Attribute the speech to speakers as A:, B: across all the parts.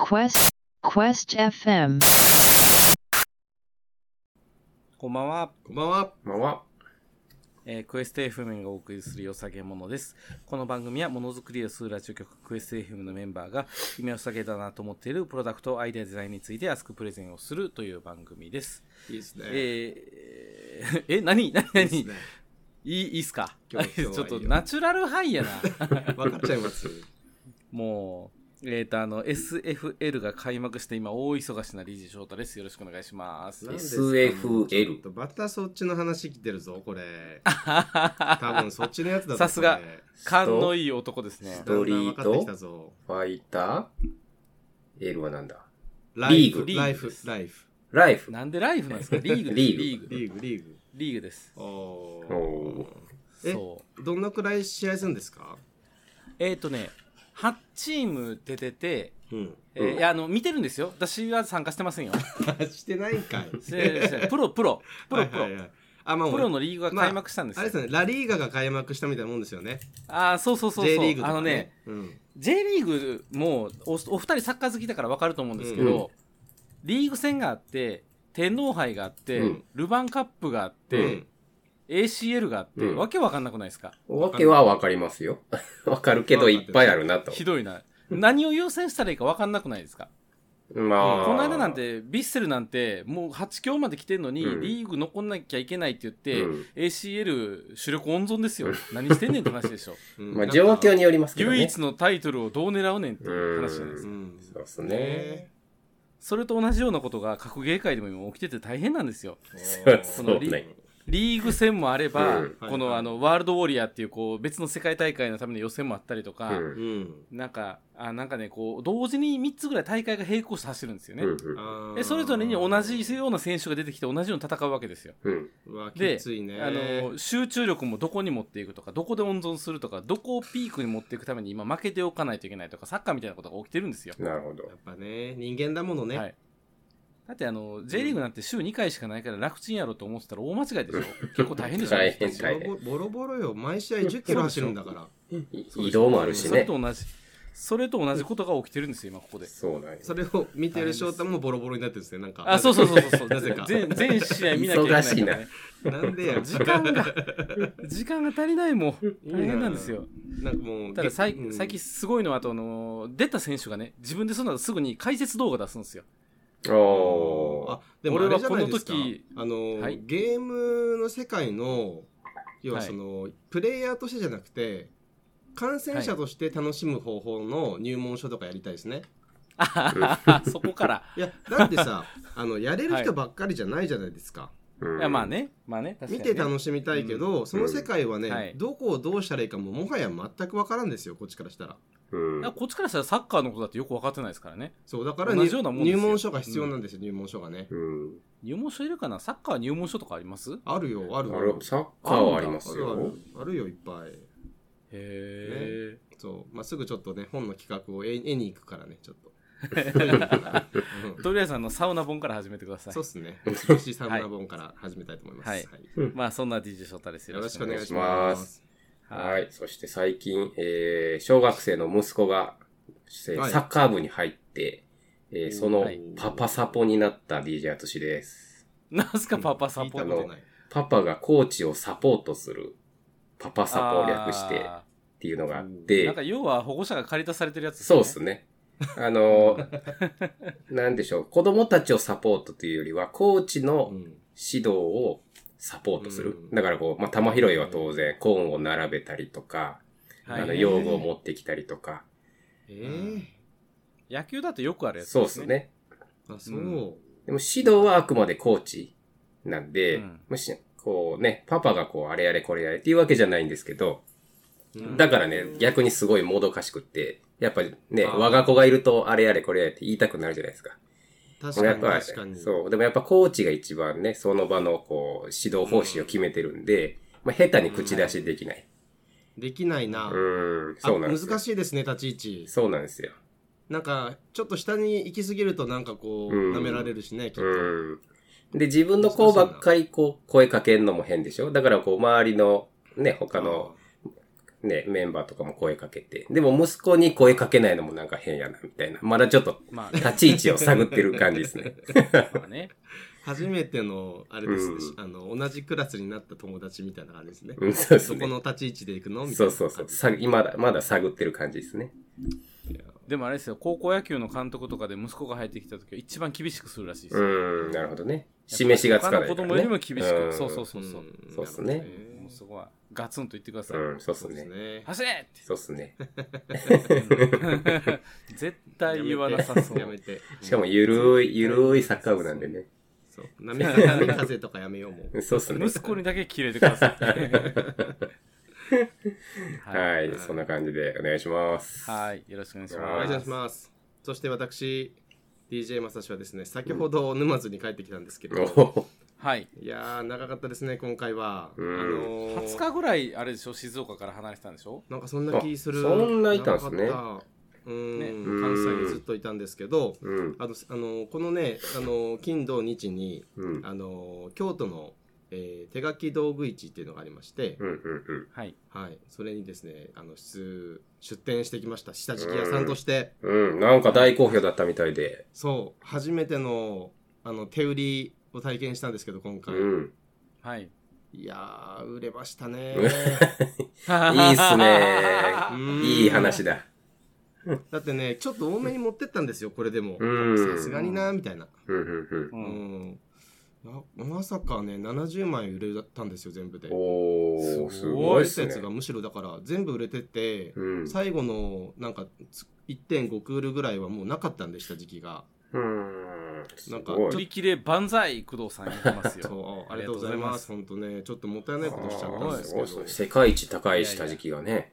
A: Quest Quest FM
B: こんばんは、
C: こんばんは。
D: まあわ、
B: えークエスト FM がお送りするよさげものです。この番組はものづくりをするラジオ局クエスト FM のメンバーが今良さげだなと思っているプロダクト、アイデア、デザインについて熱くプレゼンをするという番組です。
C: いいですね。
B: えー、え、何 何
C: いい
B: 何
C: です
B: い
C: ね。
B: いいいっすか
C: 今日
B: ち
C: 今
B: ょ
C: 日は
B: っ
C: いい
B: と
C: よ
B: ナチュラルハイやな。
C: わかっちゃいます。
B: もう、えっ、と、あの、SFL が開幕して今大忙しな理事翔太です。よろしくお願いします。
C: なんで
D: SFL
C: ちょっとまたそっちの話来てるぞ、これ。 多分そっちのやつだぞ。
B: さすが
C: これ
B: 勘のいい男ですね
D: ス。トリート
C: だんだん分かってきたぞ。
D: ファイター ?L はなんだ
C: ラ
D: リ
C: イ
D: ーグ
C: フ、ライ
B: リーグで
C: フ、
B: す
C: ライフ。
D: ライフ
B: なんでライフなんです かリーグです
D: リーグ
B: リーグ。
C: リーグ、リーグ。
B: リーグです。
C: お
D: お
C: ーえ
B: そう。
C: どのくらい試合するんですか
B: えっ、とね、8チーム出てて、
C: うん。
B: えー
D: うん
B: いやあの見てるんですよ。私は参加してませんよ。
C: してないん かい。
B: せせプロ、プロ、プロ、プロ
C: はいはい。はいあ、まあ、
B: プロのリーグが開幕したんです
C: あ
B: よ。
C: れですね、ラリーガが開幕したみたいなもんですよね。
B: ああ、そうそうそう
C: J
B: そう。
C: リーグと
B: あの
C: か
B: ね
C: ね、。うん。
B: J リーグもおお二人サッカー好きだから分かると思うんですけど、リーグ戦があって、天皇杯があって、
D: うん
B: ルヴァンカップがあって、
C: うん、
B: ACL があって、
D: うん
B: わけわかんなくないですか
D: わけはわかりますよ。 わかるけどいっぱいあるなと。
B: ひどいな。何を優先したらいいかわかんなくないですか
D: まあ。
B: この間なんて、ヴィッセルなんて、もう8強まで来てんのに、
D: うん
B: リーグ残んなきゃいけないって言って、
D: うん
B: ACL 主力温存ですよ。何してんねんって話でし ょ。
C: うん
D: まあ状況によりますけどね。
B: 唯一のタイトルをどう狙うねんっていう話じゃないですか。
C: うん。
D: そうっすね。
B: それと同じようなことが、格ゲー界でも今起きてて大変なんですよ。
D: そ
B: この
D: う
B: リ
D: ね。
B: リーグ戦もあれば、
D: うん
B: こ
C: はい
B: の
C: はい
B: あの、ワールドウォリアーっていう、こう、別の世界大会のための予選もあったりと
D: う
B: か、
D: ん。
C: うん。
B: なんか、あなんかね、こう、同時に3つぐらい大会が並行して走るんですよね。
D: うん
C: あー
B: でそれぞれに同じような選手が出てきて同じように戦うわけですよ。
D: うん。
C: うわ
B: で
C: きついね
B: あの集中力もどこに持っていくとかどこで温存するとかどこをピークに持っていくために今負けておかないといけないとかサッカーみたいなことが起きてるんですよ。
D: なるほど
C: や。っぱね人間だものね、
B: はい、だってあの J リーグなんて週2回しかないから楽ちんやろと思ってたら大間違い でしょ結構大変でしょ
D: 大変
B: 僕たち
C: ボロボロボロボロよ毎試合1 0キロ走るんだから
D: い移動もあるし
B: それ
D: ね。
B: と同じそれと同じことが起きてるんですよ今ここで。
D: そうなんよ
C: それを見てる翔太もボロボロになってるんですねなんか
B: あそうそうそうそうそう
C: な ぜか
B: 全全試合見なきゃいけないからね
C: なんでや
B: 時間が時間が足りないもん大変なんですよ。
C: なんかもう
B: たださい
C: うん
B: 最近すごいのはあとあの出た選手がね自分でそんなのすぐに解説動画出すん ですよ。
D: おー
C: あ。でもあれじゃないですか
B: 俺はこの時
C: あの、
B: はい
C: ゲームの世界の要はその、プレイヤーとしてじゃなくて感染者として楽しむ方法の入門書とかやりたいですね、
B: あはははそこから。
C: い、やだってさあのやれる人ばっかりじゃないじゃないですか、
D: うん
B: いやまあね、まあね、確かに、
C: 見
B: ね。
C: て楽しみたいけど、その世界はね、
B: はい
C: どこをどうしたらいいかももはや全く分からんですよこっちからしたら
D: うん
B: いやこっちからしたらサッカーのことだってよく分かってないですからね。
C: そうだから
B: 同
C: 入
B: じようなもんですよ
C: 入門書が必要なんですよ、入門書がね
D: うん。
B: 入門書いるかなサッカー入門書とかあります
C: あるよある
D: あ
C: よ
D: れ、サッカーはあります
C: あるあ
D: よ
C: る。あるよいっぱい
B: へ
C: そう、まあ、すぐちょっとね本の企画を絵絵に行くからねちょっと
B: え。とりあえずあのサウナ本から始めてくだ
C: う
B: さ
C: ん
B: い
C: そう。っすね美しいサウナ本から始めたいと思います、
B: はいまあそんな DJ 翔太です。
C: よろしくお願いし
D: お願
C: ま
D: いしますすはい。そして最近、えー小学生の息子が、せ
C: はい
D: サッカー部に入って、えーその
B: はい
D: パパサポになった DJ アトシです。
B: なんすかパパサ
C: 聞い
B: ポ
C: た
B: ー
D: あ
B: ト。
C: こと
D: の
C: ない
D: パパがコーチをサポートする、パパサポを略してっ
B: あ
D: ていうのがあ
B: ー
D: っ
B: なん
D: て
B: か、要は保護者が借り出されてるやつ、
D: そうですね。あのー、なんでしょう、子供たちをサポートというよりは、コーチの
C: うん
D: 指導をサポートする
C: うん。
D: だからこう、まあ、玉拾いは当然、コーンを並べたりとか、
B: はい
D: あの、用具を持ってきたりとか、
C: えー
B: 野球だとよくあるやつ
D: そうです。ね。
C: あそう、
B: うん
D: でも指導はあくまでコーチなんで、
B: うん
D: もし、こうね、パパがこう、あれやれこれやれっていうわけじゃないんですけど、
C: うん
D: だからね、逆にすごいもどかしくって、やっぱね、
C: あー
D: 我が子がいると、あれやれこれやれって言いたくなるじゃないですか。
C: 確か
D: やっ
C: に
D: ぱ
C: 確かに
D: そう。でもやっぱコーチが一番ね、その場のこう、指導方針を決めてるんで、まあ、下手に口出しできない。
C: できないな、
D: うーん、そうなんです
C: あ
D: よ。
C: 難しいですね立ち位置
D: そうなんですよ。
C: なんかちょっと下に行き過ぎるとなんかこう
D: うん
C: 舐められるしねきっと、
D: うん。で、自分の子ばっかりこう、声かけんのも変でしょだからこう、周りの、ね、他のね、メンバーとかも声かけて。でも息子に声かけないのもなんか変やな、みたいな。まだちょっと
B: まあね
D: 立ち位置を探ってる感じです ね。
B: まあね。
C: 初めてのあれですね、
D: う
C: あの同じクラスになった友達みたいな感じですね、
D: うん、そうです
C: そこ
D: ね。
C: の立ち位置で行くのみたい
D: そう
C: な
D: そうそう。さまだ、まだ探ってる感じですね。
B: でもあれですよ、高校野球の監督とかで息子が入ってきた時は一番厳しくするらしいです
D: う
B: よ。
D: ん、なるほどね。示しがつかないから、ね。
B: 他の子供よりも厳し
D: ん
B: く。そうそうそうそう。
C: ん
D: そうっすね
B: えーもうそこはガツンと言ってください。
D: うん、そうっす
C: そうです
D: ね。
C: ね
B: 走れって
D: そうっすね。
B: 絶対言わなさそう。
C: やめて
D: しかも、ゆる い、ゆるいサッカー部なんでね。
C: そう波波風とかやめよう もう
D: そうっすね。
B: 息子にだけ切れてくだ さい。はい。
D: はい、そんな感じでお願いします。
B: はい。よろしくお願いし
C: お
B: ま
C: 願い
B: す
C: し。ますそして私 DJ まさしはですね先ほど沼津に帰ってきたんですけど、
D: おお
B: はい。
C: いやー長かったですね今回は、
D: うん
C: あのー
B: 20日ぐらい、あれでしょ、静岡から離れてたんでしょ
C: なんかそんな気する
D: あそんないたんすね
C: 長かったうん、
B: ね
C: 関西にずっといたんですけど
D: うん、
C: あのあのこのねあの金土日に
D: うん、
C: あの京都の、えー手書き道具市っていうのがありまして、
D: うん、うん、
B: はい。
C: はい、それにですねあの出出店してきました下敷き屋さんとして、
D: うん。うん、なんか大好評だったみたいで。
C: そう初めてのあの手売りを体験したんですけど今
D: う
C: 回、
D: ん。
B: はい。いい
C: いやー売れましたね
D: いいっ す
C: う
D: ね。
C: ん
D: いい話だ。
C: だってねちょっと多めに持ってったんですよこれでも
D: うん
C: さすがになみたいな
D: うん、うん、うん。
B: うん。
C: うん、まさかね70枚売れたんですよ全部で
D: おー、
B: す
D: す
B: ご
D: ご
C: 売れ
D: いったす
C: や
D: ね
C: つ。がむしろだから全部売れてて、
D: うん。
C: 最後のなんかつ1.5クールぐらいはもうなかったんでした時期が
D: うん。す
C: なんか
D: ご
B: 売
D: い。
B: り切れ万歳、工藤さん言ってますよ。
C: そうありがとうございます本当ねちょっともったいないことしちゃったんですけ
D: あ
C: ど
D: ーすごいっすね世界一高い下敷きがね。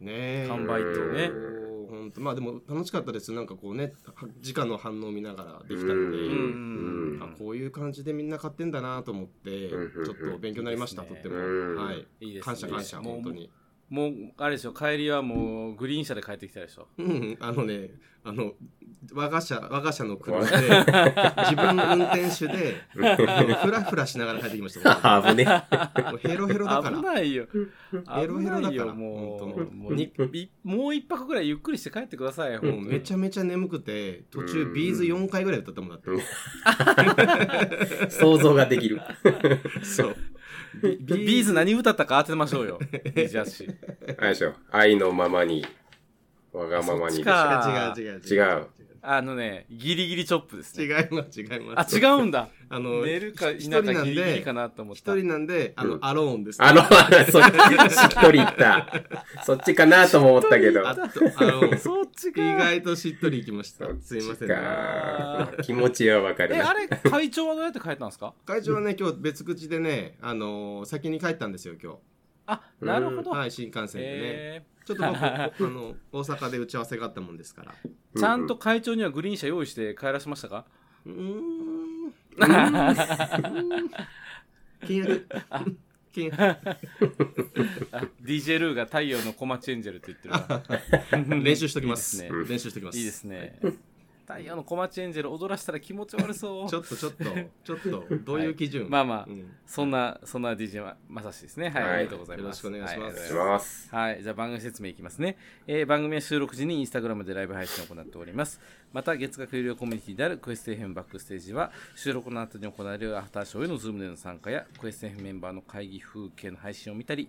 C: ねえ
B: 完売とね
C: そうほんとまあでも楽しかったですなんかこうねは直の反応見ながらできた
D: うん
B: うん
C: で
B: うん
C: あこういう感じでみんな買ってんだなと思ってちょ
D: うん
C: っと勉強になりました
B: いい
C: とっ
B: です
C: て
B: ね
C: も
D: うん
C: はい
B: いいですね
C: 感謝感謝
B: もう
C: 本当に
B: もう、あれでしょ、帰りはもう、グリーン車で帰ってきたでしょ。
C: うんあのねあの我が社我が社の車で自分の運転手であのフラフラしながら帰ってきました
D: あぶね。
C: もうヘロヘロだか
B: 危
C: ら
B: ないよ。
C: ヘロ
B: 危
C: ヘロだから
B: ないよ、
C: 本
B: も
C: 当
B: う。もうにいもう一泊ぐらいゆっくりして帰ってくださいよ、
C: もうめちゃ
B: ゃ。
C: めちゃ眠くて途
D: う
C: 中
D: ん
C: ビーズ4回ぐらい歌ったもんだって
D: うん想像ができる。
C: そう
B: ビビーズ何歌ったか当てましょうよ。ビーズ足。
D: あれでしょ。愛のままに、わがままにでしょ。
B: あ
C: 違う違う
D: 違う
B: あのね、ギリギリチョップです
C: 違
B: ね。
C: う違うます違いま
B: あ、
C: す
B: 違うんだ。
C: あの
B: 寝るか否
C: 一人
B: か
C: なん
B: ギリギリ
C: で
B: かなと思っ
C: 一
B: た。
C: 人なんであの、
D: うん
C: アローンです
D: あの、そっち、しっとりいった。そっちかなとも思ったけど。
C: あとアロー ン
B: そっち
C: 意
B: か。
C: 外としっとりいきましたすいません、ね、
D: か気持ちはわかる
B: え、。あれ、会長はどうやって帰ったんですか
C: 会長はね今日別口でねあのー先に帰ったんですよ今
B: あ、なるほ
C: 日
B: ど。
C: はい新幹線でね、
B: え
C: ちょっと僕あの大阪で打ち合わせがあったもんですから
B: ーちゃんと会長にはグリーン車用意して帰らしました か
C: うーん金額金額
B: あ DJ ルーが太陽のコマチエンジェルって言ってるわ。
C: 練習しときます
B: いいですね
C: 練習しときます
B: いいですね。太陽のコマチエンジェル踊らせたら気持ち悪そう。
C: ちょっとちょっとちょっとどういう基準、
B: まあまあ、
C: うん
B: そんな、そんな DJ ままさしですね。はい、
D: はい
B: ありがとうございます。
C: よろしくお願いします
B: はありがとうござ
D: お願い
B: い
D: します。
B: はい。じゃあ番組説明いきますね。えー番組は収録時にインスタグラムでライブ配信を行っております。また、月額有料コミュニティであるクエスト FM バックステージは、収録の後に行われるアフターショーへのズームでの参加や、クエスト FM メンバーの会議風景の配信を見たり、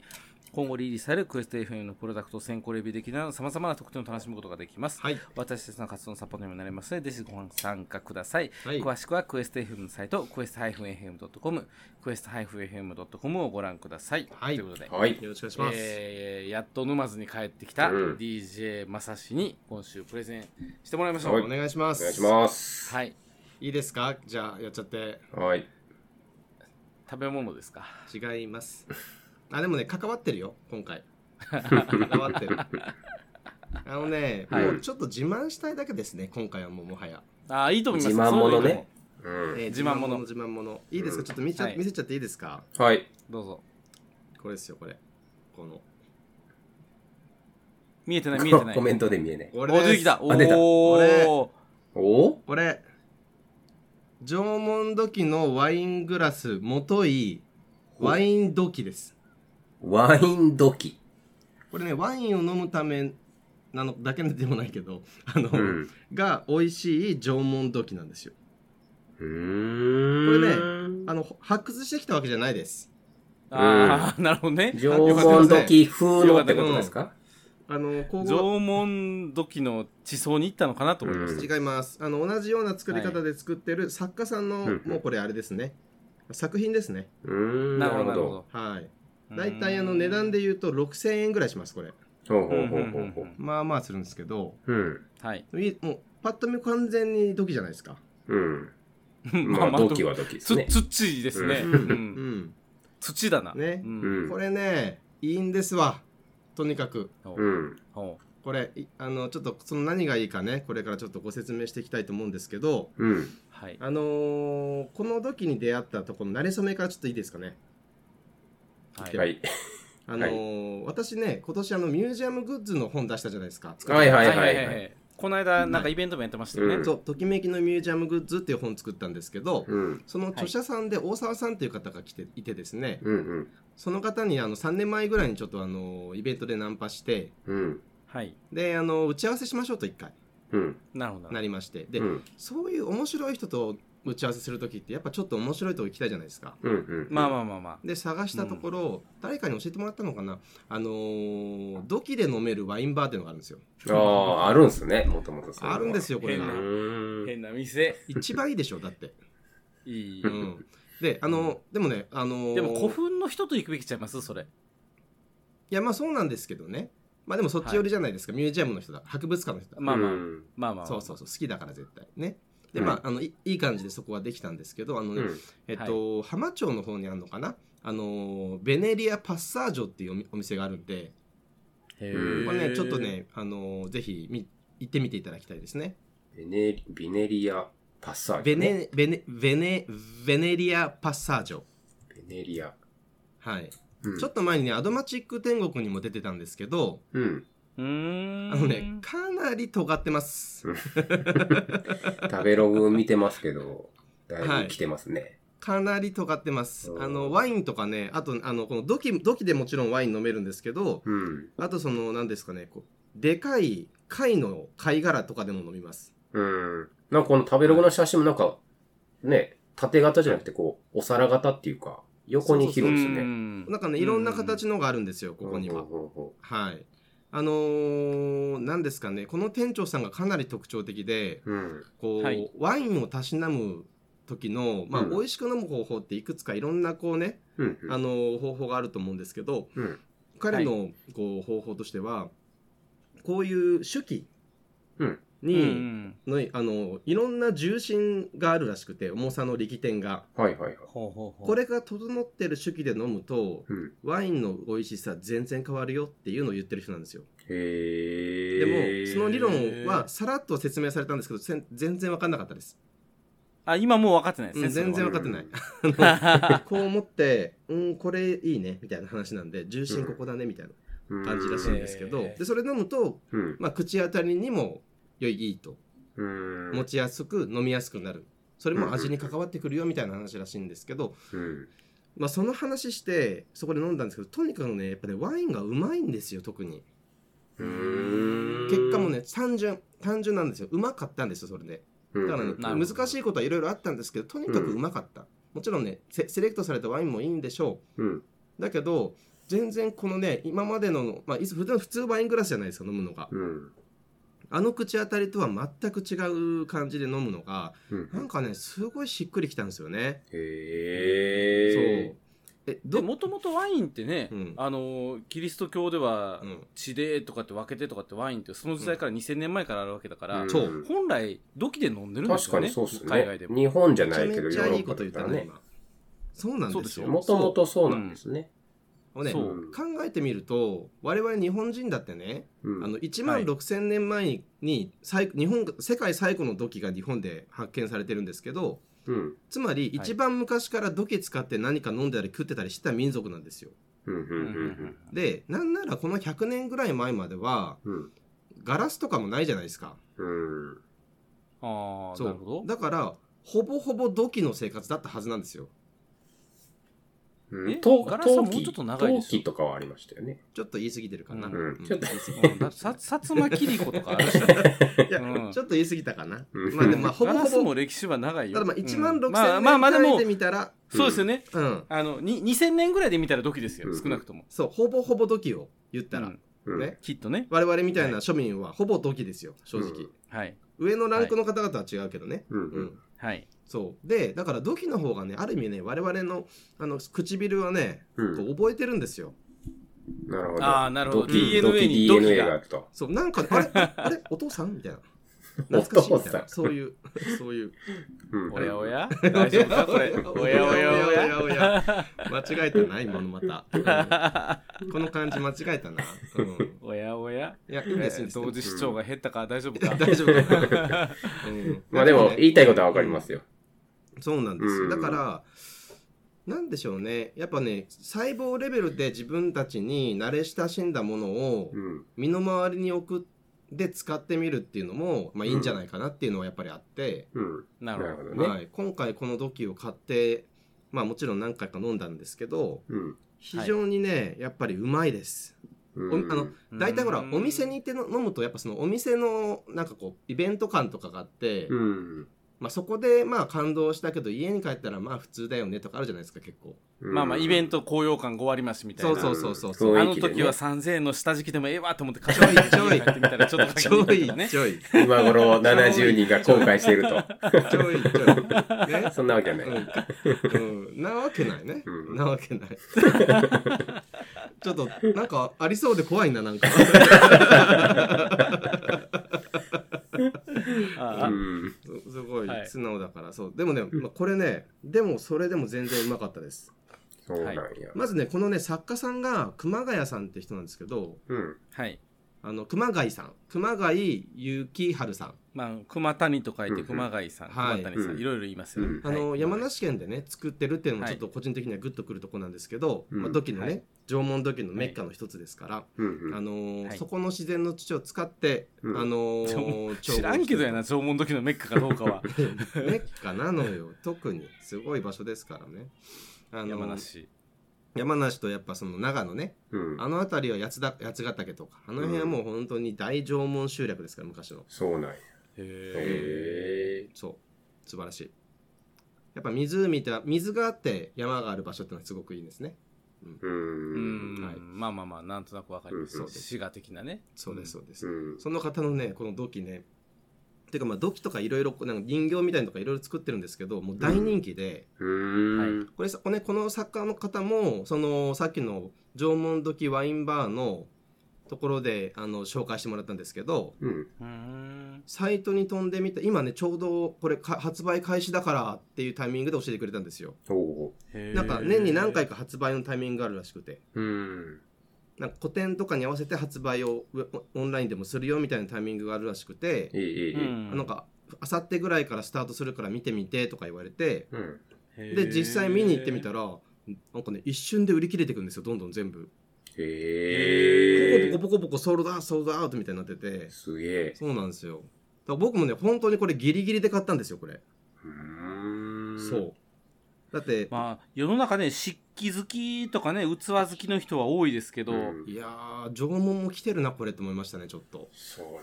B: 今後リリースされるクエスト FM のプロダクトを先行レビューできるなど、様々な特典を楽しむことができます。
C: はい
B: 私たちの活動のサポートにもなりますので、ぜひご参加ください。
C: はい
B: 詳しくはクエスト FM のサイト、クエスト -fm.com、クエスト -fm.com をご覧ください。
C: はい
B: ということで、
D: はい。
C: よろしくお願いします、
B: えーやっと沼津に帰ってきた
D: うん
B: DJ まさしに今週プレゼンしてもらいましょ
D: は
B: う。
C: お願いしま
D: お
C: す
D: 願いします。
B: はい。
C: いいですかじゃあやっちゃって
D: はい。
B: 食べ物ですか。
C: 違いますあでもね関わってるよ今回関わって るあのね、
B: はい
C: もうちょっと自慢したいだけですね今回はもうもはや、
B: ああ、いいと思います。
D: 自慢物ね
B: そういうのいいと
D: う
C: えー
D: ん。
B: 自慢物
C: 自慢物いいですかちょっと見ちゃ、
B: はい
C: 見せちゃっていいですか
D: はい。
B: 思う。どうぞ。
C: これですよこれこの
B: 見えてない、見えてない。
D: コメントで見えない。
C: こ
B: お
C: れです
B: 出てきた。お
D: あ出た
B: ー。
D: おお
C: これ縄文土器のワイングラスもといワイン土器です
D: ワイン土器。
C: これねワインを飲むためなのだけでもないけどあの、
D: うん。
C: が美味しい縄文土器なんですよ
D: うーん。
C: あの発掘してきたわけじゃないです
B: ああ、なるほどね。
D: 縄文土器風のってことですか
C: あの工
B: 縄
C: 房
B: 文土器の地層に行ったのかなと思いま
D: う
B: し
D: ん
C: 違いますあの同じような作り方で作ってる作家さんの、
D: うんうん
C: もうこれあれですね作品ですね
D: うーん。
B: た。
D: なるほど。。
C: はい
B: うん
C: 大体あの値段で言うと6000円ぐらいしますこれ
D: ほう
B: うん
D: ほ
B: う
D: うんほ
B: う
D: うんほ
B: う。
D: うほうん
C: まあまあするんですけど
D: うん。
B: はい。
C: いいもうパッと見完全に土器じゃないですか
D: うん。
B: ま
D: まあ、土器
B: は。
D: は土器です
B: つ
D: ね。
B: 土ですね。
D: う
B: う
C: うんん、
B: 土だな。
C: ね
B: うん
C: これねいいんですわとにかく
B: ほ
D: う。
B: うんほ
C: これいあのちょっとその何がいいかねこれからちょっとご説明していきたいと思うんですけど
D: うん。
B: うはい。
C: あのーこの時に出会ったとこの馴れ初めからちょっといいですかね
B: はい。
D: は
B: はい。
D: い。
C: あのー私ね今年あのミュージアムグッズの本出したじゃないですか
D: はいはい
B: は
D: はいい
B: は
D: はい。
B: い。この間、なんかイベントもやってましたよ
D: う
B: ね
D: ん。
C: そう「ときめきのミュージアムグッズ」っていう本作ったんですけど、
D: うん。
C: その著者さんで大沢さんっていう方が来ていてですね、
D: うんうん。
C: その方にあの3年前ぐらいにちょっとあのイベントでナンパして
D: うん。
B: はい。
C: であの打ち合わせしましょうと1回
D: うん。
B: なるほど。
C: なりましてで、
D: うん。
C: そういう面白い人と打ち合わせする時ってやっぱちょっと面白いとこ行きたいじゃないですか
D: うんうん。
B: まあま
D: あ。
B: あまあま
C: で探したところ、誰かに教えてもらったのかなあのー土器で飲めるワインバーっていうのがあるんですよ
D: ああ、あるんすね。もともとそういうのは
C: あるんですよこれ
D: う
C: が
B: 変なあ。
D: ーん。
B: 変な店。
C: 一番いいでしょ だって、。
B: いいう
C: ん、であのでもねあのー
B: でも古墳の人と行くべきちゃいますそれ。
C: いやまあそうなんですけどねまあでもそっち寄りじゃないですか、ミュージアムの人だ博物館の人だ
B: まあまあ
D: うん
B: まあまあ。
C: そうそうそう好きだから絶対ねで
D: うん
C: まああのいいい感じでそこはできたんですけどあのね、
D: うん
C: えっと、浜町の方にあるのかなあのーベネリアパッサージョっていうお店お店があるんで
B: へ
D: う
B: ー
D: ん
C: これねちょっと。ねあのーぜひみ行ってみていただきたいですね
D: ベネ、ビネリアパッサージ
C: ベ
D: ュね。
C: ネベネベネベネリアパッサージョ
D: ベネリア。
C: はい、
D: うん
C: ちょっと前にねアドマチック天国にも出てたんですけど
D: うん。
B: うーん。
C: あのねかなり尖ってます
D: 食べログ見てますけど、だいぶ来てますね。
C: かなり尖ってます
D: うん
C: あのワインとかねあとあのこの土器土器でもちろんワイン飲めるんですけど
D: うん。
C: あとその何ですかねこうでかい貝の貝殻とかでも飲みます
D: うん。なんかこの食べログの写真もなんか、ね、縦型じゃなくてこう、お皿型っていうか、横に広いです
B: う
D: ね。
B: ん
C: なんかねいろんな形のがあるんですよここには
D: ほうほうほ
C: はいあのー何ですかねこの店長さんがかなり特徴的で
D: ううん。
C: こう、
B: はい
C: ワインをたしなむ時の、まあ、
D: うん
C: 美味しく飲む方法っていくつかいろんなこうね、
D: うん。
C: あのー方法があると思うんですけど
D: うん。
C: 彼のこう方法としてはこういう手記
D: うん
B: う
C: に、
B: ん。
C: のあのいろんな重心があるらしくて重さの力点が
D: はいはいはい。
B: ほうほうほう。
C: これが整ってる手記で飲むと
D: うん。
C: ワインの美味しさ全然変わるよっていうのを言ってる人なんですよ
D: へー
C: でもその理論はさらっと説明されたんですけどせん全然分かんなかっ たです
B: あ、今もう分かってないです
C: う
B: ね。
C: ん全然
B: そ
C: 分かってない
D: うん
B: れ は
C: こう思ってうんこれいいねみたいな話なんで重心ここだねみたいな 感じらしいんですけ
B: う
C: ど
B: ん
C: でそれ飲むと、
D: うん。
C: まあ、口当たりにも良いいいと
D: うん。
C: 持ちやすく飲みやすくなるそれも味に関わってくるよみたいな話らしいんですけど
D: うん。
C: まあ、その話してそこで飲んだんですけどとにかくねやっぱねワインがうまいんですよ特に
D: うん
C: 結果も。ね単純単純なんですようまかったんですよそれで
D: う
C: だ
D: ん
C: からね、
B: なるほど
C: 難しいことはいろいろあったんですけどとにかくうまかった、もちろんねセセレクトされたワインもいいんでしょ
D: うん。
C: うだけど全然このね今までの、まあ、いつ普通普通ワイングラスじゃないですか飲むのが
D: うん。
C: あの口当たりとは全く違う感じで飲むのが
D: うん
C: なんかねすごいしっくりきたんですよね、
D: へー
C: そうえど
B: で、もともとワインってね
C: うん、
B: あの、キリスト教では
C: う、ん
B: 地でとかって分けてとかってワインってその時代から2000年前からあるわけだから、
D: ん
C: そう
B: 本来土器で飲んでるんですよ
D: 確か
B: ね
D: にそうっすね。
B: 海外でも
D: 日本じゃ
C: め
D: な
C: ちゃ
D: いけど、
C: めちゃいいこと言ったね
D: ヨーロッ
C: 今そうなんですよ
B: そうで
D: もともとそうなんですね。
C: もうね
B: そう
C: 考えてみると我々日本人だってね、
D: うん
C: あの1万6,000年前に最日本世界最古の土器が日本で発見されてるんですけど
D: うん。
C: つまり
B: はい
C: 一番昔から土器使って何か飲んだり食ってたりしてた民族なんですよ。
D: うん。うん。
B: う
D: うん
B: うん
D: ん。
C: でなんならこの100年ぐらい前までは
D: うん。
C: ガラスとかもないじゃないですか。
D: うん。
B: ああ
C: そ
B: なる
C: う
B: ほど
C: だからほぼほぼ土器の生活だったはずなんですよ。
D: う
B: え
D: ん、陶
B: ガラスは
D: 陶
B: もう
D: 器
B: ちょっと長いで
D: 陶
B: しょ
D: 器とかはありましたよね。
C: ちょっと言い過ぎてるかな。
B: うん
D: ちょっと
C: 言い過ぎ
B: うんださ薩摩切子とかあるし、ね、
C: いや、
B: うん
C: ちょっと言い過ぎたかな。
D: うん
C: まあでも、まあほ
B: ガ
C: ぼ
B: ラス
C: ほぼ、
B: も歴史は長いよ
C: ただまあ1
B: う
C: 万
B: ん
C: 6000
B: まあまあまあで
C: 年単位
B: も
C: で見たら、
B: そうですよね
C: うん、
B: あのに2000年ぐらいで見たらドキですよ
D: うん
B: 少なくとも、
C: そう、ほぼほぼ土器を言ったら、
B: うん
D: うん、
C: ね、
B: きっとね
C: 我々みたいな庶民はほぼ土器ですよ、正直。
D: うん
B: はい
C: 上のランクの方々は違うけどね。
D: う
C: う。
D: んうんん。
B: はい
C: そう。で、だから土器の方がね、ある意味ね、我々のあの唇はね、
D: うん
C: こう覚えてるんですよ。
D: なるほど。
B: あーなるほど
D: 土器
B: DNA に
D: 土器
B: 土器
D: DNA
B: が
D: があると。
C: そう、なん か、あれ、あれ、お父さんみたいな。懐かしいみたい
D: お
C: な。
D: 父さん
C: そう いう、そういう。
D: うん
B: おやおや大丈夫か これおやおやおや
C: おやおや間違えたな、今のまた。うんこの感じ間違えたな。うん
B: おやおや
C: いや、いいんですよ。
B: 同時視聴が減ったから大丈夫か、
C: 大丈夫 かな。うん
D: まあでも、言いたいことはわかり
C: す
D: ますよ。
C: そうなんですよ、
D: うん
C: だからなんでしょうねやっぱね細胞レベルで自分たちに慣れ親しんだものを
D: うん。
C: 身の回りに置くで使ってみるっていうのも、まあ、いいんじゃないかなっていうのはやっぱりあって、
D: うん。
B: な
D: な
B: る
D: る
B: ほ
D: ほ
B: ど
D: どね。
C: はい、今回この土器を買ってまあもちろん何回か飲んだんですけど
D: うん
C: 非常にね、やっぱりうまいです
D: うん。
C: おあの大体ほらお店に行っての飲むとやっぱそのお店のなんかこうイベント感とかがあって、
D: うん。
C: まあ、そこでまあ感動したけど家に帰ったらまあ普通だよねとかあるじゃないですか結構
B: まあまあイベン
D: ト
B: ト高揚感5割増しみたいな
C: そうそうそうそうそう
B: あ
D: 雰
B: の
D: 囲気でね
B: 時は3000円の下敷きでもええわと思って貸しに
C: ちょい
B: 帰ってみたらちょっと
C: ち
B: 高
C: ょ
B: い
C: い
B: とかね
C: ちょい
D: 今頃70人が後悔していると。
C: ちょいちょいね
D: そんなわけはな
C: う
D: い。
C: ん、うん、なわけないね、
D: うん
C: なわけないちょっとなんかありそうで怖いななんか
B: あ
D: う
B: あ
D: ん。
C: すすごい
B: はい
C: 素直だから、そうでもね、まあ、これねでもそれでも全然うまかったです
D: そうなんや。
C: まずねこのね作家さんが熊谷さんって人なんですけど
D: うん。
B: はい
C: あの熊谷さん熊谷幸春さん
B: まあ熊谷と書いて熊谷さん、
C: うんうん
B: 熊谷さん、
D: はい
B: いろいろ言いますよね、
D: うん
C: あの、
B: はい
C: 山梨県でね作ってるっていうのも
B: はい
C: ちょっと個人的にはグッとくるとこなんですけど、
D: うん
C: まあ、土器のね、
B: はい
C: 縄文土器のメッカの一つですから、
D: うん。
C: あのー
B: はい
C: そこの自然の土を使って、
D: うん
C: あのー
B: 縄
C: 調合
B: 知らんけどやな
C: し
B: 縄文時のメッカかどうかは
C: てるメッカなのよ特にすごい場所ですからね、あのー
B: 山梨
C: 山梨とやっぱその長野ね
D: うん
C: あの辺りは八つだ八ヶ岳とかあの辺はもう本当に大縄文集落ですから昔の
D: そうなんや。
B: へ
D: へえ。
C: そう素晴らしいやっぱ湖って水があって山がある場所ってのはすごくいいですね
D: う
B: え
D: ん。
C: はい
B: まあまあまあなんとなくわかります、
D: うん
C: うん
B: 滋賀的なね
C: そうですそうです、
D: うん。
C: その方のねこの土器ねていうかまあ土器とかいろいろ人形みたいなのとかいろいろ作ってるんですけどもう大人気で、
D: うん。
C: これさこれこの作家の方もそのさっきの縄文土器ワインバーのところであの紹介してもらったんですけど
D: うん。
B: うーん
C: サイトに飛んでみた今ねちょうどこれか発売開始だからっていうタイミングで教えてくれたんですよ
D: おお。
B: へえ
C: なんか年に何回か発売のタイミングがあるらしくて
D: うん。
C: なんか個展とかに合わせて発売をウェオンラインでもするよみたいなタイミングがあるらしくて
D: いいいいい
B: うん
D: い。
C: なんか、あさってぐらいからスタートするから見てみてとか言われて、
D: うん。
C: で、実際見に行ってみた
B: ら
C: ら、なんかね、一瞬で売り切れていくんですよ、どんどん全部。
D: へ
C: ボ
D: え。
C: コボコボコボコソールドアウト、ソールドアウトみたいになってて、
D: すげえ。
C: そうなんですよ。だから僕もね、本当にこれギリギリで買ったんですよ、これ。
D: うん。
C: そう。だって、
B: まあ世の中ね漆器好きとかね器好きの人は多いですけど、
D: うん。
C: いやー、縄文も来てるな、これって思いましたね、ちょっと。
D: そうなんや。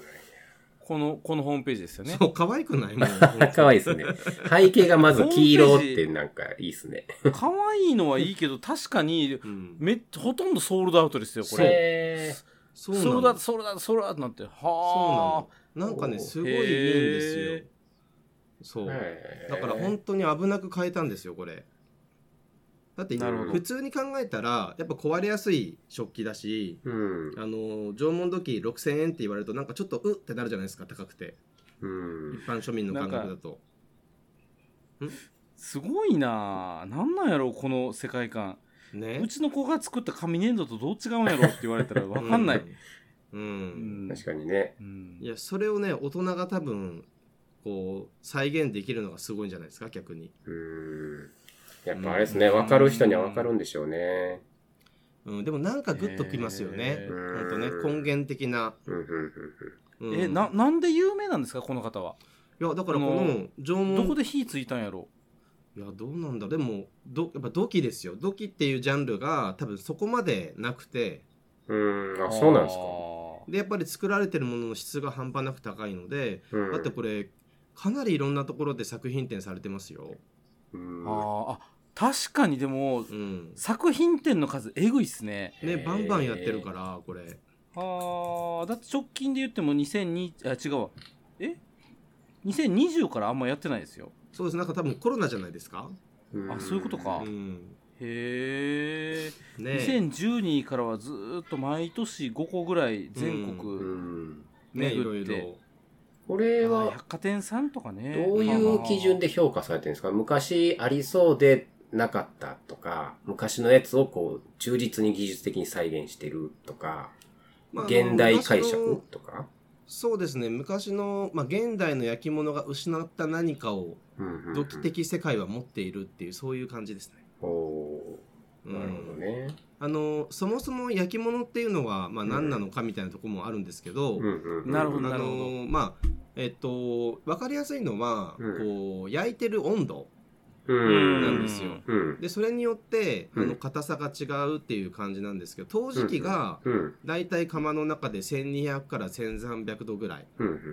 B: このこのホームページですよね
C: そう、可愛く ないもう
D: 可愛いですね。背景がまず黄色ってなんかいいですね。
B: 可愛いのはいいけど 確かに
C: うん、
B: めっほとんどソールドアウトですよこれ
D: れ。
B: ソ
C: そうな
B: ール
C: の
B: ドアウトソールドアウトソールドアウトなんてはあ
C: そうなのなんかね、すごいいいん
B: へ
C: です
B: ー
C: よ。そう。
D: へー
C: だから本当に危なく変えたんですよこれだって
B: な
D: るほど
C: 普通に考えたらやっぱ壊れやすい食器だし
D: うん。
C: あの縄文土器6000円って言われるとなんかちょっとうってなるじゃないですか高くて
D: うん
C: 一。般庶民の感覚だと
B: すごいなあなんなんやろうこの世界観
C: ね
B: うちの子が作った紙粘土とどう違うんやろうって言われたらわかんない、
C: うん、
B: う
C: うん
B: ん、
D: 確かにね。
B: うん
C: いやそれをね大人が多分こう再現できるのがすごいんじゃないですか逆に、
D: うん。やっぱあれですね。わかる人にはわかるんでしょうね。
C: うん、でもなんかグッときますよ
B: へ
C: ね
B: ー
C: ほんとね根源的な、
D: うんうんうん
C: うん
B: えないなんで有名なんですかこの方は
C: やだからこ
B: あの
C: の縄文
B: どこで火ついたんやろ
C: いやどうなんだでもどやっぱ土器ですよ土器っていうジャンルが多分そこまでなくて
D: うーん、あ、そうなんですか。
C: でやっぱり作られてるものの質が半端なく高いので、
D: うん、
C: だってこれかなりいろんなところで作品展されてますよ。
D: うん
B: あーあ確かにでも
C: うん、
B: 作品展の数えぐいっすね
C: ねバンバンやってるからこれ
B: あーだって直近で言っても2002あ違うわえ2020からあんまやってないですよ
C: そうですなんか多分コロナじゃないですか。
B: あそういうことか
C: うん、
B: へえ、
C: ね
B: 2012からはずーっと毎年5個ぐらい全
D: う
B: 国
D: ん。
C: ねいろ
B: 巡
C: い
B: って、
C: ろ。
D: これ
B: あー
D: は、
B: 百貨店さんとかね
D: どういう基準で評価されてるんですか昔ありそうでなかったとか、昔のやつをこう、忠実に技術的に再現してるとか、
C: まあ
D: 現代解。
C: あの昔
D: 釈
C: の
D: とか。
C: そうですね昔の、まあ、現代の焼き物が失った何かを
D: うんうん
C: 土器。的世界は持っているっていうそういう感じですね。う
D: おー
C: ん
D: なるほどね。
C: あのそもそも焼き物っていうのは、まあ、何なのかみたいなところもあるんですけど、
D: うんうんうん
B: なるほ
C: あ
B: ど
C: のまあえっと分かりやすいのは、
D: うん
C: こう焼いてる温度
D: う。
C: なんんですよ
D: うん。
C: でそれによってあ
D: う
C: の
D: ん
C: 硬さが違うっていう感じなんですけど陶磁器が
D: うん。
C: だいたい釜の中で1200から1300度ぐらい
D: うん。うん
B: うんうん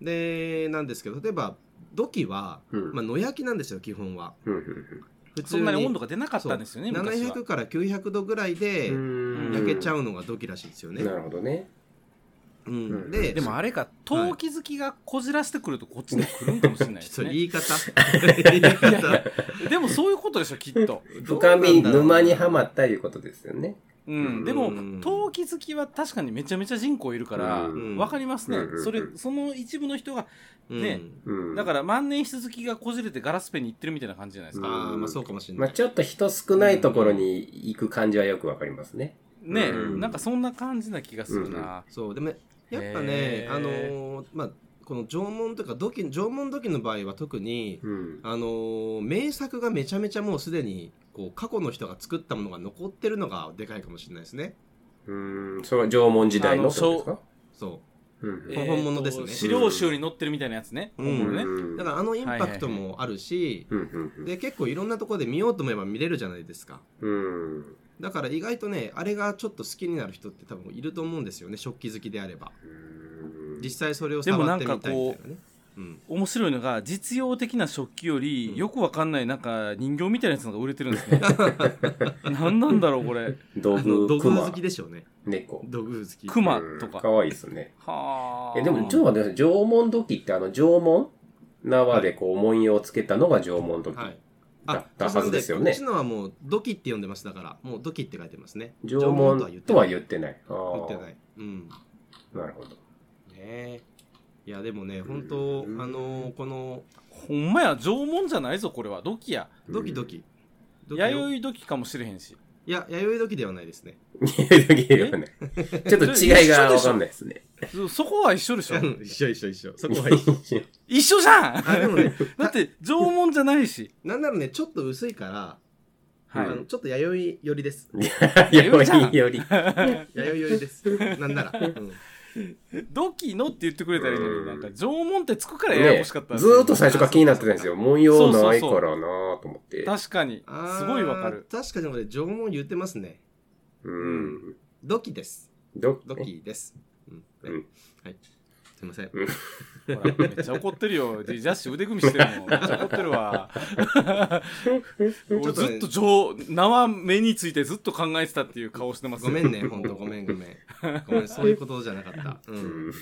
B: うん
C: でなんですけど例えば土器は、
D: うん。
C: まあ、野焼きなんですよ基本は
D: うんうん
C: 普
B: うん、そんなに温度が出なかったんですよね
C: そう
B: 昔は
C: 700から900度ぐらいで
D: うん
C: 焼けちゃうのが土器らしいんですよね、
D: なるほどね。
C: うん
D: うん
C: で
B: でもあれか陶器好きがこじらしてくるとこっちに来るんかもしれないで
C: ち
B: す
C: ょっと
B: ね
C: 言い方言い方
B: いやいやでもそういうことでしょきっと、
D: 深み、沼にはま
C: っ
D: ったいうことですよね。
B: うん、で
C: う
B: も
C: ん
B: 陶器好きは確かにめちゃめちゃ人口いるから、
D: うん
B: わかりますね、
D: うん
B: それその一部の人がね
D: うん
B: だから万年筆好きがこじれてガラスペンに行ってるみたいな感じじゃないです
C: あ
B: か、
C: あーまあそうかもしれな
D: まあ
C: い、
D: ちょっと人少ないところに行く感じはよくわかりますね。
B: ね、
D: うん
B: なんかそんな感じな気がするな、
C: そうでもやっぱ
B: へ
C: ね
B: ー
C: あのーまあこの縄文とか土器縄文土器の場合は特に
D: うん。
C: あのー名作がめちゃめちゃもうすでにこう過去の人が作ったものが残ってるのがでかいかもしれないですね
D: うん。それは縄文時代のってことですか
C: そ
D: うん
C: えー本物ですね
B: 資料集に載ってるみたいなやつね、
C: う
B: 本物ね、
D: うん
C: うだからあのインパクトもあるし、
D: うんうん
C: で結構いろんなところで見ようと思えば見れるじゃないですか
D: うん。うん。
C: だから意外とねあれがちょっと好きになる人って多分いると思うんですよね食器好きであれば実際それを触ってみたいみたいなね
B: でもなん
C: うん
B: 面白いのが実用的な食器より、
C: うん
B: よくわかんないなんか人形みたいなやつのが売れてるんです ね何なんだろうこれ
D: 道
C: あの
D: 具、
C: 土偶好
D: 熊
C: き、でしょうね
D: 猫。
C: 土偶好き
B: クマと
D: うん
B: か、
D: かわいいですね。
B: はあ
D: え、でもちょっと待ってください。縄文土器ってあの縄文縄でこう文様をつけたのが縄文土器。
C: はい
D: だったはずですよね
C: なんこっちのはもう土器って呼んでますだからもう土器って書いてますね
D: 縄文とは言
C: っ
D: ってない。あ
C: 言
D: ー
C: ってないうんね
D: なるほど。
C: えいやでもね本当あ
D: うん
C: のこの
B: ほんまや縄文じゃないぞこれは土器や
C: ドキドキドキよ
B: 弥生土器かもしれへんし
C: いや弥生土器ではないですね
D: いやいやいやいやねちょっと違いがわかんないですね。
B: そそこは一緒でしょ
C: うん一緒一緒一 緒そこ は一緒
B: 一緒じゃん
C: あでもね
B: だって縄文じゃないし
C: なんならねちょっと薄いから
B: はい
C: あのちょっと弥生寄り です
D: よりより。
C: 弥生寄りですなんなら、うん
B: 土器のって言ってくれたらいいの
D: う
B: に
D: ん
B: なんか縄文ってつくからやや
D: ね
B: こしかったんです
D: ず
B: よ
D: ーっと最初から気になってたんですよ。文様ないからなーと思って。
B: 確かに
C: あ ー
B: すごいわかる
C: 確かに俺縄文言ってますね
D: うん。
C: 土器です
D: どっ
C: 土器です、うん
D: うん
C: はいすいません
B: ほらめっちゃ怒ってるよでジャッシュ腕組みしてるもんめっちゃ怒ってるわ俺ずっと縄縄目についてずっと考えてたっていう顔してます
C: ごめ んね、ほんとごめんごめん。ごめん、そういうことじゃなかった。う。
D: うんん。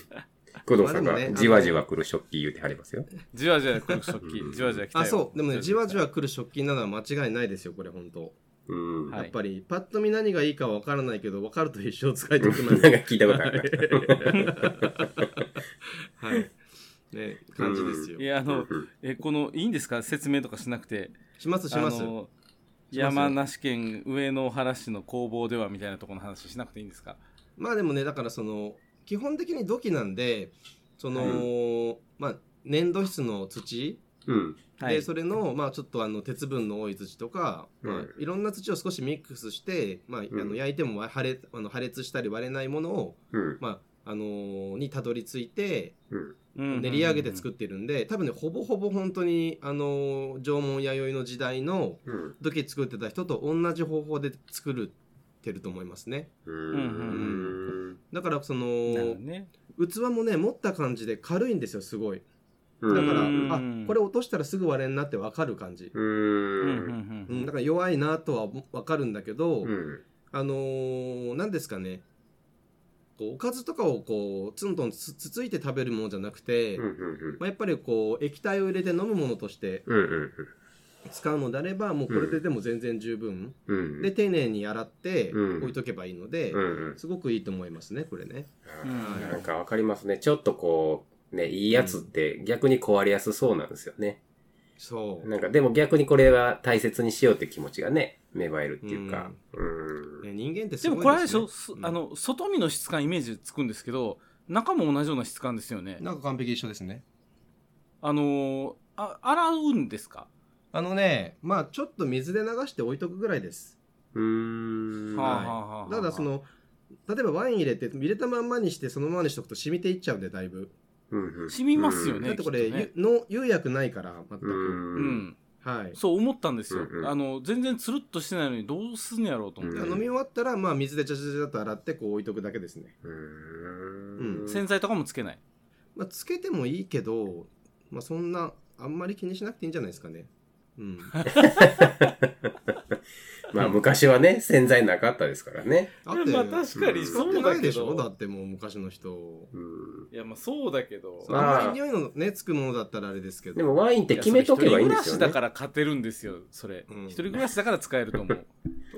D: 工藤さんがじわじわ来る食器言うてはりますよ。
B: じわじわ来る食器
D: うん
B: じわじわ来たよ
C: あ、そう。でもね、じわじわ来る食器なのは間違いないですよ、これほんと。
D: う
B: は
D: ん。ないん
C: やっぱり、パッと見何がいいかわからないけど、わかると一生使えて
D: か
C: おくなる。
D: 聞いたことある。
C: はい。ね、感じですよ
B: い。やあの
D: うん
B: えこのいいんですか説明とかしなくて
C: しますしま
B: あ。
C: す
B: の山梨県上野原市の工房ではみたいなところの話しなくていいんですか
C: まあでもね、だからその、基本的に土器なんで、その、まあ、粘土質の土
D: うん。
C: で、それの、まあ、ちょっとあの、鉄分の多い土とか、
D: うん
C: まあ、いろんな土を少しミックスして、まあ、あ
D: う
C: の
D: ん
C: 焼いても破裂、あの破裂したり割れないものを、
D: うん。
C: まあ、あのーにたどり着いて、
D: うん
B: うん
C: 練り上げて作ってるんで、多分ね、ほぼほぼ本当に、あのー、縄文弥生の時代の
D: うん。
C: 時作ってた人と同じ方法で作るってると思いますね。
D: うん
B: ん
C: だから、そ
B: なるほど、
C: の
B: ね。
C: 器もね、持った感じで軽いんですよ、すごい。
D: う
C: だ
D: ん
C: から、あ
B: うん、
C: これ落としたらすぐ割れんなってわかる感じ。
D: う
B: うんうん
D: ん。
B: う
C: うんん、だから弱いなとは思わかるんだけど、
D: うん。
C: あのー、何ですかね、こうおかずとかをこう、ツンとんつつついて食べるものじゃなくて、
D: うん。うん。
C: まあ、やっぱりこう、液体を入れて飲むものとして
D: うん。うん。
C: 使うのであれば、もうこれででも全然十分。
D: うん。
C: で、丁寧に洗って
D: うん
C: 置いとけばいいので、
D: うん。
C: すごくいいと思いますね、これね。
B: うん
D: なんかわかりますね。ちょっとこう、ね、いいやつって逆に壊れやすそうなんですよね。
C: そう。
D: なんかでも逆にこれは大切にしようって気持ちがね、芽生えるっていうか。うん。
C: ね人間ってす
B: で
C: ご
B: も
C: い
B: これあれでしょ、す
C: うん
B: あの外身の質感イメージつくんですけど中も同じような質感ですよね
C: なんか完璧一緒ですね。
B: あのーあ洗うんですか
C: あのね、まあちょっと水で流して置いとくぐらいです。
D: うん。
B: はあはあはあはあ
C: ただその、例えばワイン入れて、入れたまんまにしてそのままにしとくと染みていっちゃうんで、だいぶ。
B: 染みますよね
C: だってこれ、
B: きっとね
C: ゆの釉薬ないから、全
D: う。
C: く。
B: うん
C: はい。
B: そう思ったんですよ、
D: うんうん
B: あの全然つるっとしてないのにどうすんやろうと思っ
C: だ
B: て、
C: から飲み終わったら、まあ水でジャジャジャジャっと洗って、こう置いとくだけですね。
D: うん。
B: 洗剤とかもつけない
C: まあつけてもいいけど、まあそんな、あんまり気にしなくていいんじゃないですかね。 うん。
D: まあ昔はね、洗剤なかったですからね。
C: あ
B: まあ確
D: かに
C: 使
B: そ
C: って
B: う
C: な
B: だ
C: い
B: け
C: でしょだ
B: ど
C: ってもう昔の人。
D: うん。
B: いやまあそうだけど
C: そう
D: ま
C: あん
D: あ
C: まり匂いのね、つくものだったらあれですけど。
D: でもワインって決めとけばいいんですよ
B: やそれ一人暮らしだ
D: ね。
B: から勝てるんですよそれ、
C: うん
B: 一人暮らしだから使えると思う
C: ど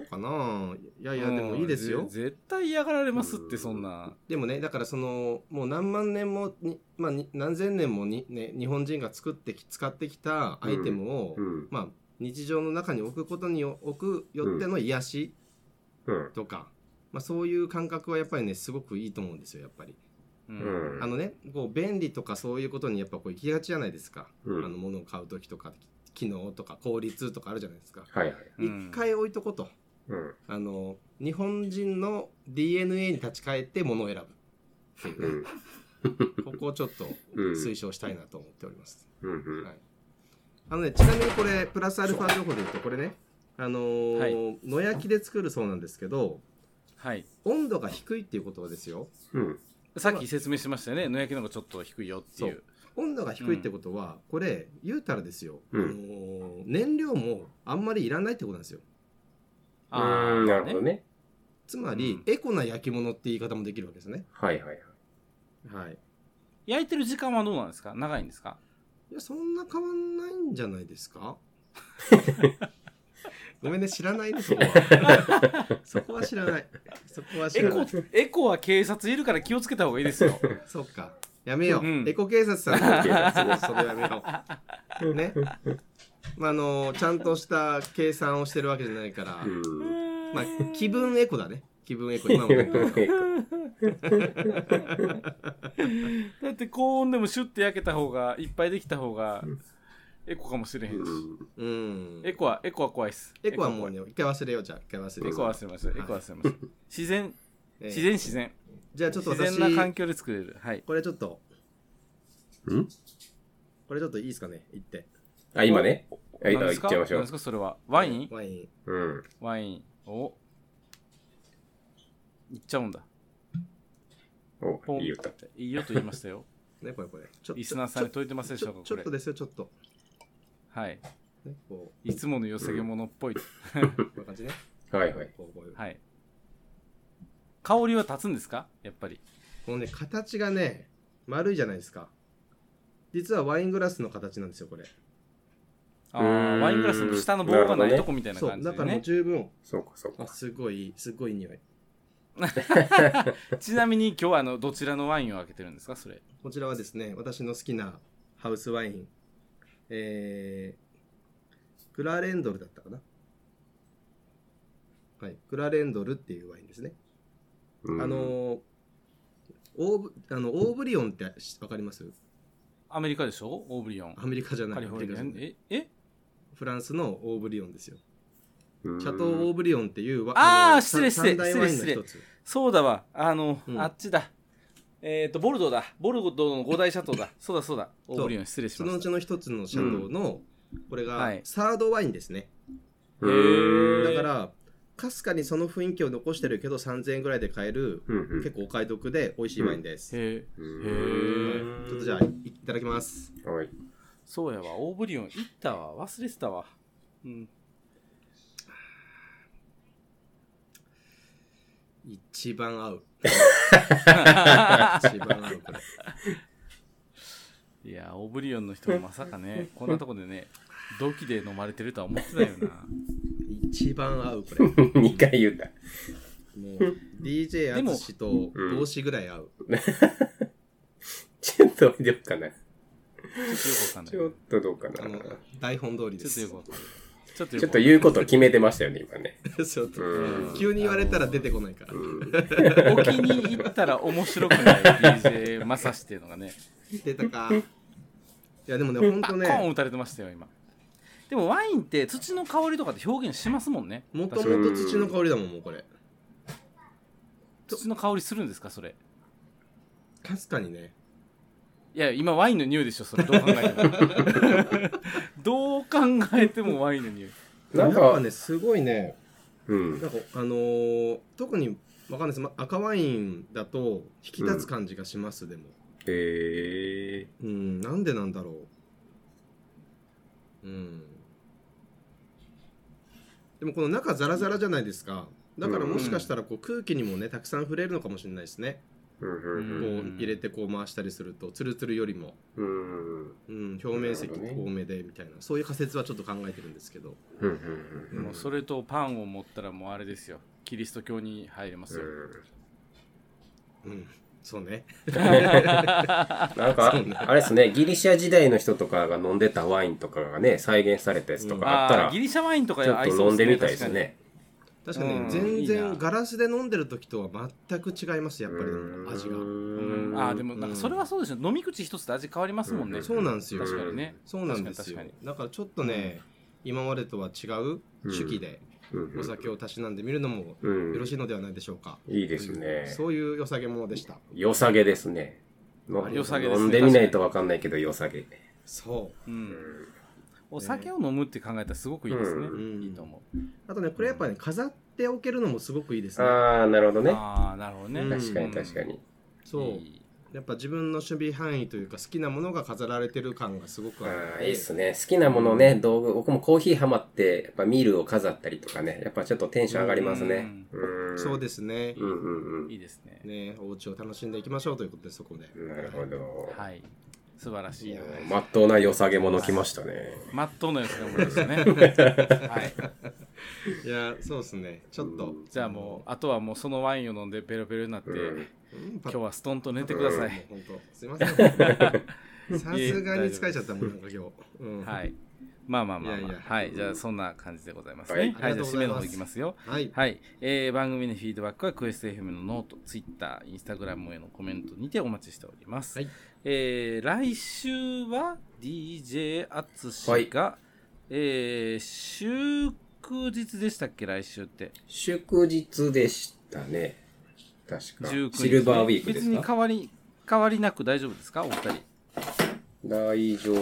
C: うかないやいや、でもいいです
B: うん
C: よ。
B: ぜ絶対嫌がられますってそんな
C: でもね、だからその、もう何万年もに、まあ、に何千年もに、ね、日本人が作ってき、使ってきたアイテムを、
D: うん。
C: まあ、日常の中に置くことによ、置くよっての癒し
D: うん。
C: とか、まあ、そういう感覚はやっぱりね、すごくいいと思うんですよ、やっぱり。
B: う
D: うん
C: あのね、こう、便利とかそういうことにやっぱこう行きがちじゃないですか。
D: うん
C: あの、物を買うときとか、機能とか効率とかあるじゃないですか。
D: はいはい。
C: 一、
B: うん
C: 回置いとこと。
D: うん。
C: あの、日本人の DNA に立ち返って物を選ぶ。
D: うん。
C: ここをちょっと
D: うん
C: 推奨したいなと思っております。
D: うん
C: はい、あのね、ちなみにこれ、プラスアルファ情報で言うと、これね、あのー
B: はい
C: 野焼きで作るそうなんですけど、
B: はい
C: 温度が低いっていうことはですよ。
D: うん。
B: さっき説明しましたよね野焼きの方がちょっと低いよっていう
C: 温度が低いってことは、これ、言うたらですよ、
D: うん
C: あのー燃料もあんまりいらないってことなんですよ。
B: ー
D: うん。なるほどね。
C: つまり、エコな焼き物って言い方もできるわけですね。
D: はいはいはい。
C: はい。
B: 焼いてる時間はどうなんですか長いんですか
C: いや、そんな変わんないんじゃないですかごめんね、知らないね、そこは。そこは知らない。そこは知
B: エ
C: らな
B: コ
C: い。、
B: エコは警察いるから気をつけた方がいいですよ。
C: そっか。やめよう。
B: うん
C: エコ警察さん の警察ね、それやめよう。ね。まあ、あの、ちゃんとした計算をしてるわけじゃないから、
D: うん。
C: まあ、気分エコだね。気分エコ、今も 言ったけど。
B: だって高温でもシュッて焼けた方が、いっぱいできた方が、エコかもしれへんし。
C: うん。
B: エコは、エコは怖いっす。
C: エコはもうね、一回忘れようじゃあ。一回忘れ
B: エ
C: よ
B: コは
C: う。
B: 忘れました。エコは忘れました。自然、
C: ええ
B: 自然自然。
C: じゃあ、ちょっと
B: 自然な環
C: 私、
B: 境で作れる。はい。
C: これちょっと、
D: ん
C: これちょっといいですかね、言って。
D: あ、今ね。はい、
B: 何で
D: あ行っ
B: すか
D: ちゃいましょ
B: 何
D: う
B: です。かそれは。ワイン
C: ワイン。
D: うん。
B: ワイン。おいっちゃうんだ。
D: お、いい歌。
B: いいよと言いましたよ。
C: ね、これこれ。ちょ
B: リスナーさんに解いてますでしょうか
C: ちょちょっ
B: こと
C: ですよ、ちょっと。
B: れ。はい。
C: ね、こ
B: いつもの良さげ者っぽい。
C: う、こういう感じね。
D: はいはい。
C: こうこういう
B: はい。香りは立つんですかやっぱり。
C: このね、形がね、丸いじゃないですか。実はワイングラスの形なんですよ、これ。
B: あー
D: うーん
B: ワイングラスの下の棒がないとこみたいな
C: そ
B: 感
C: う、
B: じ
C: だ
B: で
C: からも
B: ね
C: う。十分。
D: そうかそうか
C: あ、。すごい、すごい匂い。
B: ちなみに今日はあのどちらのワインを開けてるんですかそれ。
C: こちらはですね、私の好きなハウスワイン。えー、クラレンドルだったかな。はい、クラレンドルっていうワインですね。
D: うん
C: あの、ー、オーブ、あの、オーブリオンってしわかります
B: アメリカでしょオーブリオン。
C: アメリカじゃない。
B: カリフォルニア
C: アメ
B: に
C: リカじゃない
B: ええ
C: フランスのオーブリオンですよ。
D: うん
C: シャトー・オーブリオンっていうわ
B: あー
C: の
B: 失礼
C: さ三大ワインの
B: 失礼
C: 一つ
B: そうだわ。あの、
C: うん
B: あっちだ。えっ、と、ボルドーだ。ボルドーの五大シャトー だ。そうだそうだ。オ
C: う
B: ーブリオン失礼し
C: そ
B: ま
C: のう
B: し
C: ちの一つのシャドウの、これ
B: は
C: が
B: い
C: サードワインですね、
B: へー
C: だからかすかにその雰囲気を残してるけど3000円ぐらいで買える
D: うんうん。
C: 結構お買い得で美味しいワインです、
B: た。へえ。
D: うん
C: ちょっとじゃあいただきます
D: はい。
B: そうやわ。オーブリオン行ったわ。忘れてたわ。うん。
C: 一番 合う
B: い
C: 一番合うこれ
B: や、オーブリオンの人もまさか ね、こんなとこでね、土器で飲まれてるとは思ってないよな。
C: 一番合う これもう
D: 2回言った。
C: DJ
B: でも
C: 淳と帽子ぐらい合う、
D: ちょっとどうかな。
B: ちょっとよくわかんない。
D: ちょっとどうか
C: あ
D: な
C: の。台本通りで
B: ちょっ
C: す
B: とよくわかんない。ちょっとよく
D: ちょ
B: わ
D: っと
B: かんない
D: 言うこと決めてましたよね、今ね。
C: ちょっと
D: うん。
C: 急に言われたら出てこないから、
B: 沖に行ったら面白くない DJ まさしっていうのがね、
C: 出たかいやでもねほん
B: バ
C: と
B: ッコーン
C: ね
B: 打たれてましたよ、今。でもワインって土の香りとかって表現しますもんね。
C: もと
B: 確かに
C: もと土の香りだもんもうこれ
B: 土の香りするんですか、それ。
C: かすかにね
B: いや、今ワインの匂いでしょ、それ。どう考えても。どう考えてもワインの匂い。
D: な
C: なんん
D: か
C: か、ねすごいね
D: うん。
C: なんかあのー特にわかんないですま赤ワインだと引き立つ感じがします、でも
D: へえ。
C: うんなんでなんだろううんでもこの中ザラザラじゃないですかだからもしかしたらこう空気にもねたくさん触れるのかもしれないですね、
D: うんうん
B: ん
C: こう入れてこう回したりするとツルツルよりも、
D: うん。うん
C: うん、表面積
D: なるほどね
C: 多めでみたいなそういう仮説はちょっと考えてるんですけど
D: うんうん
B: もうそれとパンを持ったらもうあれですよ。キリスト教に入れますよ。
C: うんそうね
D: なんか、あれですね、ギリシャ時代の人とかが飲んでたワインとかがね、再現されたやつとかあった
B: あ
D: ら、
B: ーギリシャワインとか
D: ちょっ
B: 合い
D: と
B: そう
D: 飲んでみたいですね。
C: 確かに、
B: うん
C: 全
B: いいな
C: 然ガラスで飲んでる時とは全く違いますやっぱり
D: うん
C: 味が
B: 確かにうん、あーでもなんかそれはそうですよ。飲み口一つで味変わりますもんね。
D: うん
C: そうなんですよ
B: 確かにね。
C: そうなんです
B: 確
C: よ
B: かに確
C: だからちょっとね、今までとは違う手記で
D: うん
C: お酒をたしなんでみるのもよ
D: うん
C: ろしいのではないでしょうか、
D: いいですね。
C: そういう良さげものでした
D: 良さげですね。の
B: 良さげですね
D: 飲んでみないとわかんないけど、良さげ。
C: そう
B: うん。お酒を飲むって考えたらすごくいいですね。
C: うん
B: いいと思う。
C: あとねこれやっぱね飾っておけるのもすごくいいですね
D: ああ、なるほどね。
B: ああ、なるほどね。
C: うん
D: 確かに確かに。
C: そ
B: い
C: う
B: い
C: やっぱ自分の守備範囲というか好きなものが飾られてる感がすごくある
D: ああ、いいっすね。好きなものね、道具、僕もコーヒーハマって、やっぱミールを飾ったりとかね、やっぱちょっとテンション上がりますね。うん。
C: そう
D: で
C: ですね
D: うんうん
B: いいですね。
C: ねお家を楽しんでいきましょうということでそこで
D: うん。なるほど。
B: はい。素晴らしい。
D: まっとうな良さげもの来ましたね。
B: まっとうなやつがもらい ましたね。はい。
C: いやそうですねちょっと
B: じゃあもう、あとはもうそのワインを飲んでペロペロになって、
D: うん
C: うんパ
B: 今日はストンと寝てください。
C: もう本当すい ませんさすがに疲れちゃったもんなんか今日、うん
B: はい。まあまあまあまあ。
C: いやいや
B: はい。じゃあそんな感じでございます
D: はい
B: ね。はい。
C: あり
B: じゃあ締
C: がとうご
B: め
C: ざい
B: の
C: ます
B: 方いきますよ。
C: はい
B: はい、えー番組のフィードバックはクエスト FM のノート、ツイッター、インスタグラムへのコメントにてお待ちしております。
C: はい
B: えー来週は DJ アツシが、えー祝日でしたっけ来週って。
D: 祝日でしたね。確か。
B: 19日。
D: シルバーウィークで
B: 別
D: す
B: に
D: か
B: 変わり、変わりなく大丈夫ですかお二人。
D: 大丈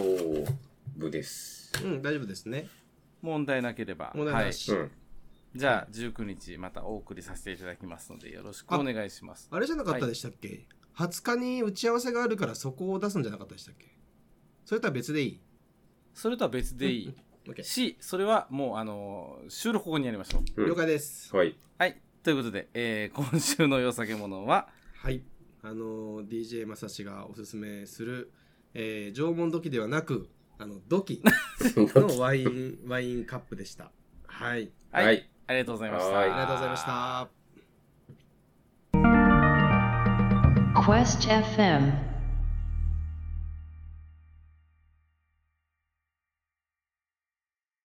D: 夫です。
C: うん大丈夫ですね
B: 問題なければ。
C: 問題なし、
D: うん。
B: はい。じゃあ19日またお送りさせていただきますのでよろしくお願いします。
C: あれじゃなかったでしたっけ、20日に打ち合わせがあるからそこを出すんじゃなかったでしたっけそれとは別でいい
B: それとは別でいい。
C: OK
B: し、それはもうあのー収録後にやりましょう。
D: うん
C: 了解です、
D: はい。
B: はい。ということで、えー今週の良さげものは、
C: はいあのー DJ まさしがおすすめする、えー縄文土器ではなくあの土器のワイ ンワインカップでしたはい
B: はい。
D: はい
B: ありがとうございました。
D: はい
C: ありがとうございました。
A: Quest FM